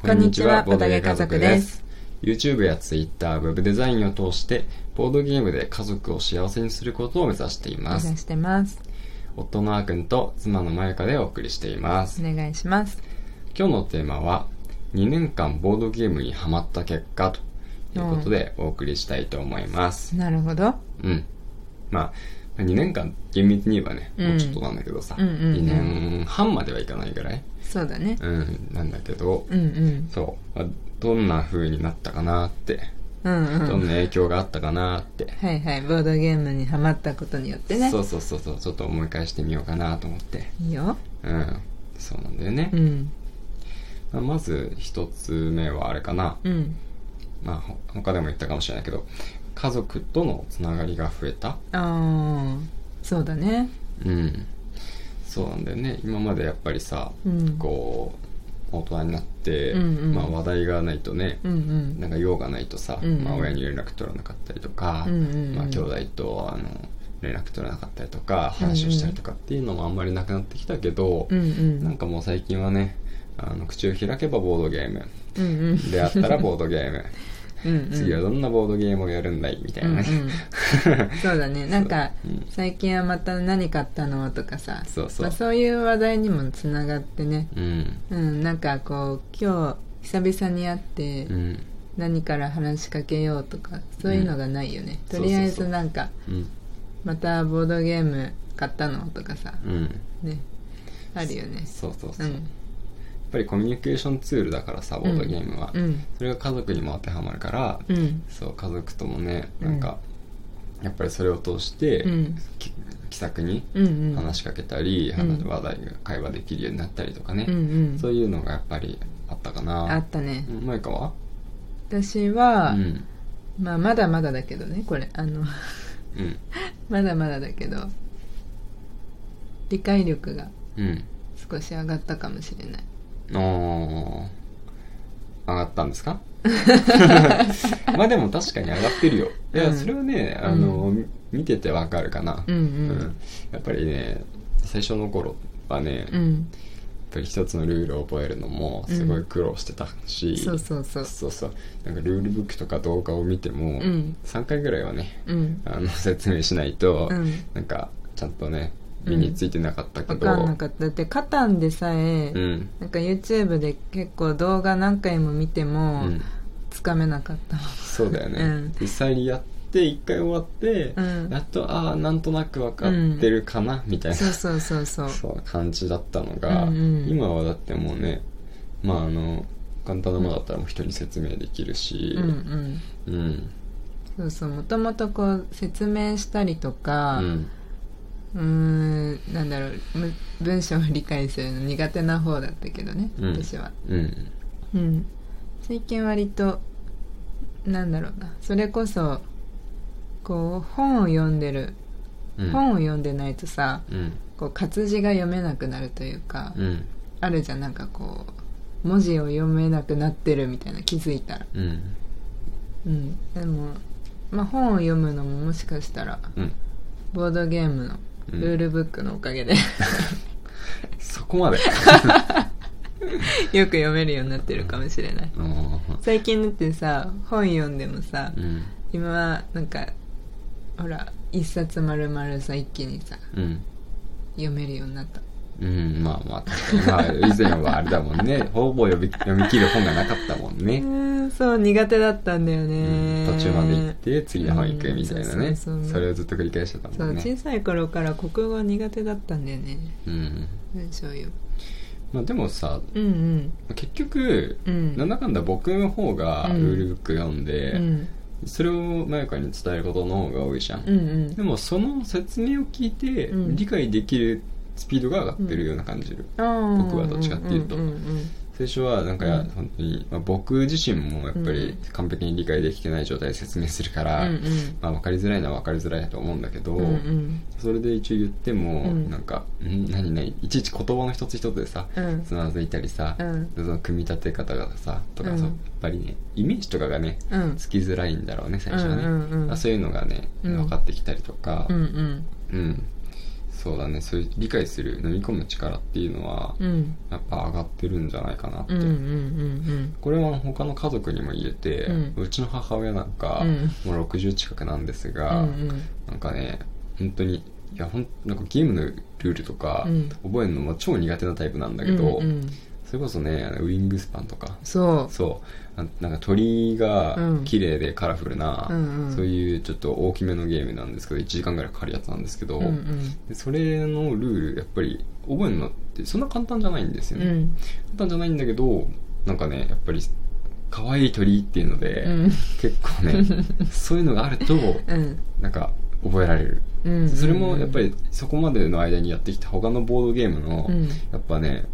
こんにちはボードゲー家族です。 YouTube や Twitter、Web デザインを通して、ボードゲームで家族を幸せにすることを目指していおま願いす。してます。夫のあーくんと妻のまやかでお送りしていますお。願いします。今日のテーマは、2年間ボードゲームにハマった結果ということでお送りしたいと思います。なるほど。うん。まあ、2年間、厳密に言えばね、うんもうちょっとなんだけどさ、うんうんうん2年半まではいかないぐらい、そうだね。うん、なんだけど、うんうん。そう、まあどんな風になったかなって、うんどうなん。ん影響があったかなって、はいはい。ボードゲームにハマったことによってね。そうそうそうそう、ちょっと思い返してみようかなと思って、いいよ。うん、そうなんだよねう。ん。まあまず一つ目はあれかな、うん。まあほ他でも言ったかもしれないけど、家族とのつながりが増えた。ああ、そうだね。うん、そうなんだよね今までやっぱりさ、うんこう大人になって、うんうんまあ、話題がないとね、うんうん。なんか用がないとさ、うんうんまあ、親に連絡取らなかったりとか、うんうんうんまあ、兄弟とあの連絡取らなかったりとか話をしたりとかっていうのもあんまりなくなってきたけど、うんうなんん。かもう最近はねあの口を開けばボードゲームうんうん。出会ったらボードゲームうんうん。次はどんなボードゲームをやるんだいみたいなね、うんうんそうだねなんかそううん最近はまた何買ったのとかさ そうそうまあ、そういう話題にもつながってねうんうんなんかこう今日久々に会ってうん何から話しかけようとかそういうのがないよね、うんとりあそうそえうずそうなんかうんまたボードゲーム買ったのとかさうんねあるよねそうそううそう、んやっぱりコミュニケーションツールだからさボードゲームは、うんそれが家族にも当てはまるから、うんそう家族ともねうんなんか、やっぱりそれを通して、うんき気さくにうんうん話しかけたり、うん話話題が会話できるようになったりとかね、うんうんそういうのがやっぱりあったかなあったねうんマイカは私うは、んまあ、まだまだだけどねこれあの うんまだまだだけど理解力がうん少し上がったかもしれないおー上がったんです かまあでも確かに上がってるよいや、うんそれはねあの、み見ててわかるかな、うんうんやっぱりね最初の頃はね、うやっんぱり一つのルールを覚えるのもすごい苦労してたし、そうそうそうそうそうなんかルールブックとか動画を見ても、うん3回ぐらいはねうんあの 説明しないと、うんなんかちゃんとね身についてなかったけ分ど、かんなかっただってカタンでさえ、うんなんか YouTube で結構動画何回も見てもうんつかめな かったもんそうだよね、うん実際にやって1回終わって、うんやっとああなんとなく分かってるかな、みたいなそうそうそうそうそう感じだったのが、うんうん今はだってもうねまああの簡単なものだったらもう人に説明できるしうんうんうんそうそうもともとこう説明したりとうかんうーんなんだろうむ文章を理解するの苦手な方だったけどね、うん私はうんうん最近割となんだろうなそれこそこう本を読んでる、うん本を読んでないとさうんこう活字が読めなくなるというか、うんあるじゃんなんかこう文字を読めなくなってるみたいな気づいたらうんうんでも、まあ、本を読むのももしかしたらうんボードゲームのうんルールブックのおか げでそこまでよく読めるようになってるかもしれないうん最近だってさ本読んでもさ、うん今はなんかほら一冊丸々さ一気にさうん読めるようになったうん、まあまあ確かに、まあ、以前はあれだもんねほぼ読み読み切る本がなかったもんうね、んそう苦手だったんだようん、、ね途中まで行って次の本行くみたいなうんねそうそうそうそれをずっと繰り返してたそもうんね小さい頃から国語苦手だったんだよねうん文章よまあでもさうん結局うんうんなんだかんだ僕の方がうルんールブック読んで、うんそれをまやかに伝えることの方が多いじゃん、うんうんでもその説明を聞いてうん理解できるスピードが上がってるような感じる、僕はどっちかっていうとうんうん最初はなんかうん本当に、まあ、僕自身もやっぱうりん完璧に理解できてない状態で説明するから、うんうんまあ、分かりづらいのは分かりづらいと思うんだけど、うんうんそれで一応言っても、うんなんか「ん何何?」いちいち言葉の一つ一つでさうんつまずいたりさ、うんその組み立て方がさとかさ、うんやっぱりねイメージとかがねうんつきづらいんだろうね最初はね、うんうんうんあそういうのがねうん分かってきたりとか、うんうんうんそうだねそういう理解する飲み込む力っていうのは、うんやっぱ上がってるんじゃないかなって、うんうんうんこれは他の家族にも言えて、ううんちの母親なんか、うもう60近くなんですうが、んうんなんかね本当にいやほんなんかゲームのルールとか、うん覚えるのも超苦手なタイプなんだけど、うんうんそれこそねあのウィングスパンとかそうそうあなんか鳥がうん綺麗でカラフルな、うんうんそういうちょっと大きめのゲームなんですけど1時間ぐらいかかるやつなんですけど、うんうんでそれのルールやっぱり覚えるのってそんな簡単じゃないんですようね、ん簡単じゃないんだけどなんかねやっぱり可愛い鳥っていうので、うん結構 ねそういうのがあるとうんなんか覚えられる、うんそれもやっぱりそこまでの間にやってきた他のボードゲームの、うんやっぱね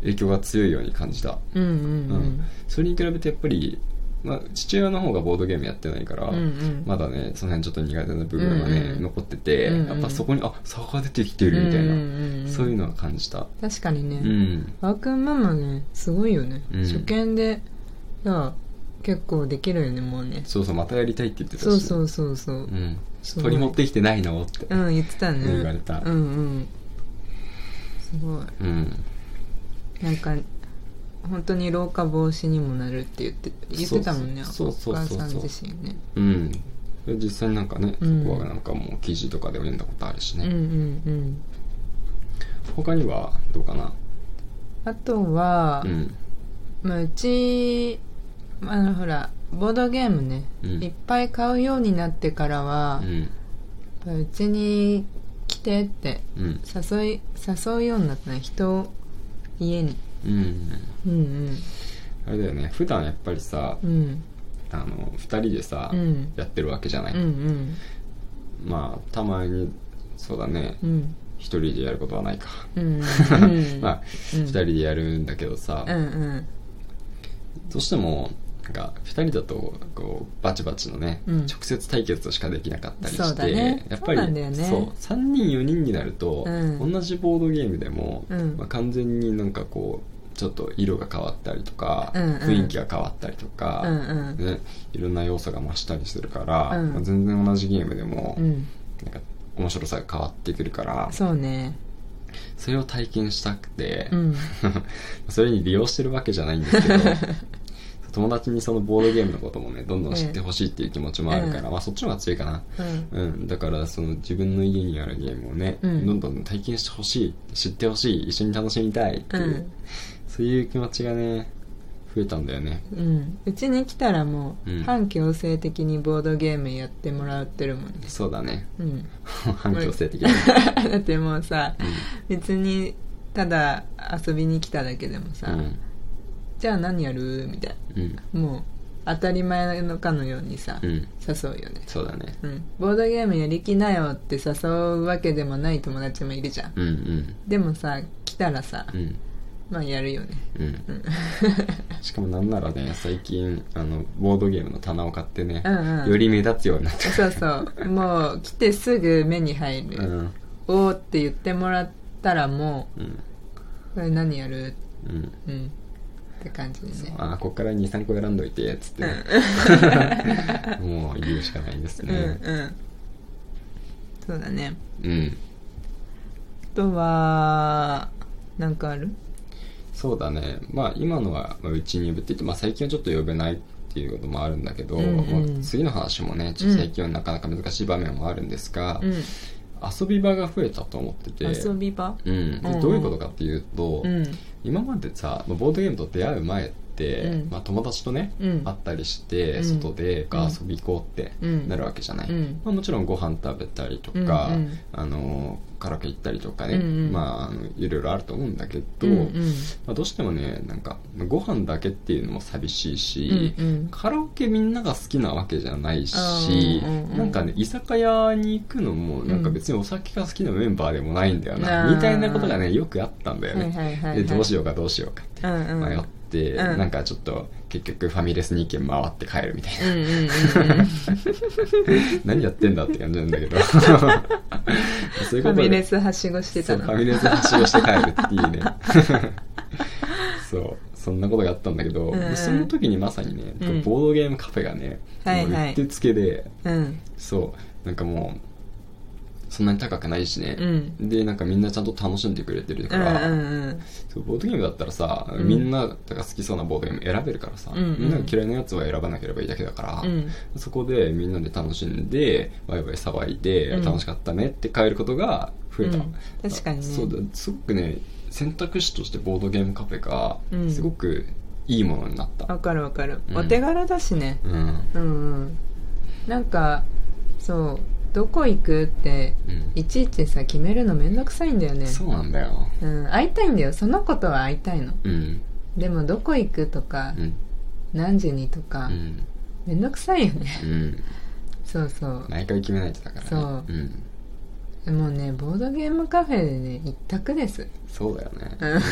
影響が強いように感じた、うんううんうんそれに比べてやっぱり、まあ、父親の方がボードゲームやってないから、うんうんまだねその辺ちょっと苦手な部分がね、うんうん残ってて、うんうんやっぱそこにあ差が出てきてるみたいな、うんうんうんそういうのは感じた確かにね、うんワークンママねすごいよね、うん初見でさ結構できるよねもうねそうそうまたやりたいって言ってたしそうそうそうそううん、すごい鳥持ってきてないのって、うん言ってたね言われたうんうんすごいうん、なんか本当に老化防止にもなるって言って言ってたもんねそうそうそうそうお母さん自身ねうん、で実際になんかね、うんそこはなんかもう記事とかでも読んだことあるしうんね、うんうん他にはどうかなあとは、うんまあ、うちあのほらボードゲームね、うんいっぱい買うようになってからはう、んやっぱうちに来てってうん誘い誘うようになったね人を家にうんうんあれだよね普段やっぱりさ、うんうんあの2人でさ、うんやってるわけじゃない、うんうんまあたまにそうだねうん1人でやることはないか、うんうん まあうん2人でやるんだけどさ、うんうんどうしてもなんか2人だとこうバチバチのね、うん直接対決としかできなかったりしてそうだねやっぱりそうなんだよね3人4人になると、うん同じボードゲームでも、うんまあ、完全になんかこうちょっと色が変わったりとか、うんうん雰囲気が変わったりとか、うんうんね、いろんな要素が増したりするから、うんまあ全然同じゲームでも、うんなんか面白さが変わってくるからそうねそれを体験したくて、うん それに利用してるわけじゃないんです けど友達にそのボードゲームのこともねどんどん知ってほしいっていう気持ちもあるから、うんまあ、そっちの方が強いかな、うんうん、だからその自分の家にあるゲームをね、うんどんどん体験してほしい知ってほしい一緒に楽しみたいっていう、うんそういう気持ちがね増えたんだよねうんうちに来たらもうんう半強制的にボードゲームやってもらってるもんねそうだ ねうん反強制的に、 だってもうさ別にただ遊びに来ただけでもうさんじゃあ何やるみたいなうんもう当たり前のかのようにさ、うん誘うよね、そうだねうん、ボードゲームやりきなよって誘うわけでもない友達もいるじゃんうんうんでもさ来たらさうんまあやるよねうん、しかもなんならね最近あのボードゲームの棚を買ってね、うんうんより目立つようになった そうそうもう来てすぐ目に入うる、んおーって言ってもらったらもうんうこれ何やるうんうんって感じでねあーこっから23個選んどいてっつってね、 もう言うしかないですうんねうんそうだねうん、あとはなんかあるそうだねまあ今のはまあうちに呼ぶって言って、まあ、最近はちょっと呼べないっていうこともあるんだけど、うんうんまあ次の話もねちょっと最近はなかなか難しい場面もあるんですが、うん遊び場が増えたと思ってて遊び場うん、うんうでんどういうことかっていうと、うん今までさまあボードゲームと出会う前って、うんまあ、友達とね、うん会ったりしてうん外でが遊び行こうってうんなるわけじゃない、うんまあ、もちろんご飯食べたりとか、うんうんあのカラオケ行ったりとかね、うんうんまあ、あのいろいろあると思うんだけど、うんうんまあ、どうしてもねなんかご飯だけっていうのも寂しいし、うんうんカラオケみんなが好きなわけじゃないし、うんうんうんなんかね居酒屋に行くのもなんか別にお酒が好きなメンバーでもないんだよな、うんみたいなことがねよくあったんだよね、はいはいはいはでいどうしようかどうしようかってうんうん迷って、うんなんかちょっと結局ファミレスに軒回って帰るみたいな、 うんうんう んうん何やってんだって感じなんだけ どそういうフこァとでミレスはしごしてそたうのファミレス発信をして帰るっていうね そうそんなことがあったんだけど、うんうんその時にまさにね、うんボードゲームカフェがね、はいはいもううってつけでうんそうなんかもうそんなに高くないしね、うでなんかみんなちゃんと楽しんでくれてるうかんら、うんそうボードゲームだったらさ、うんみんなが好きそうなボードゲーム選べるからさ、うんうんみんなが嫌いなやつは選ばなければいいだけだから、うんそこでみんなで楽しんでワイワイ騒いで、うん楽しかったねって帰ることが増えた、うん確かにねそうだすごくね選択肢としてボードゲームカフェがうんすごくいいものになった、わかるわかる、うんお手柄だしねうんうんうんなんかそうどこ行くってうんいちいちさ決めるのめんどくさいんだよねそうなんだようん、会いたいんだよその子とは会いたいのうんでもどこ行くとか、うん何時にとか、うんめんどくさいよねうんそうそう毎回決めないとだからね、そうんもうねボードゲームカフェでね一択ですそうだよね、うん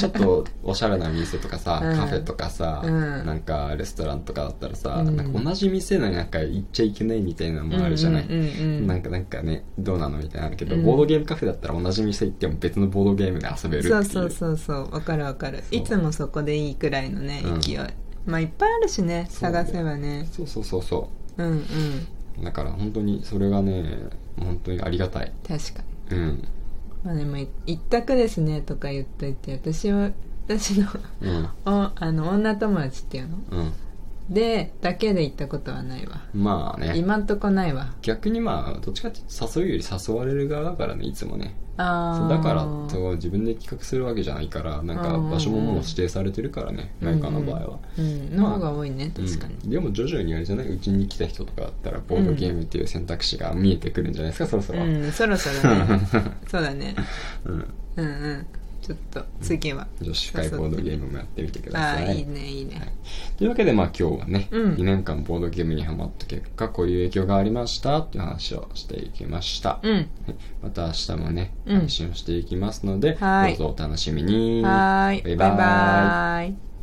ちょっとおしゃれな店とかさ、うんカフェとかさ、うんなんかレストランとかだったらさ、うんなんか同じ店ななんか行っちゃいけないみたいなのもあるじゃない、うんうんうんうんなんかなんかねどうなのみたいなのあるけど、うんボードゲームカフェだったら同じ店行っても別のボードゲームで遊べるっていうそうそうそうそうわかるわかるそういつもそこでいいくらいのねうん勢い、まあいっぱいあるしねそう探せばねそうそうそうそうんうんうだから本当にそれがね本当にありがたい確かにうんまあでもい一択ですねとか言っといて私は私の うんおあの女友達っていうのうんでだけで行ったことはないわまあね今んとこないわ逆にまあどっちかっていうと誘うより誘われる側だからねいつもねそあうあだからそう自分で企画するわけじゃないからなんか場所ももう指定されてるからねうんメーカーの場合は、うんの方が多いね確かに、うんでも徐々にあれじゃないうちに来た人とかだったらボードゲームっていう選択肢が見えてくるんじゃないですかそろそろ、うん、そろそろねそうだね うんうんうんちょっと次は女子会ボードゲームもやってみてくだあさあいーいいねいいね、はいというわけでまあ今日はね、うん2年間ボードゲームにハマった結果こういう影響がありましたっていう話をしていきました、うんはいまた明日もねうん配信をしていきますので、はいどうぞお楽しみにはーいバイバイバイバイ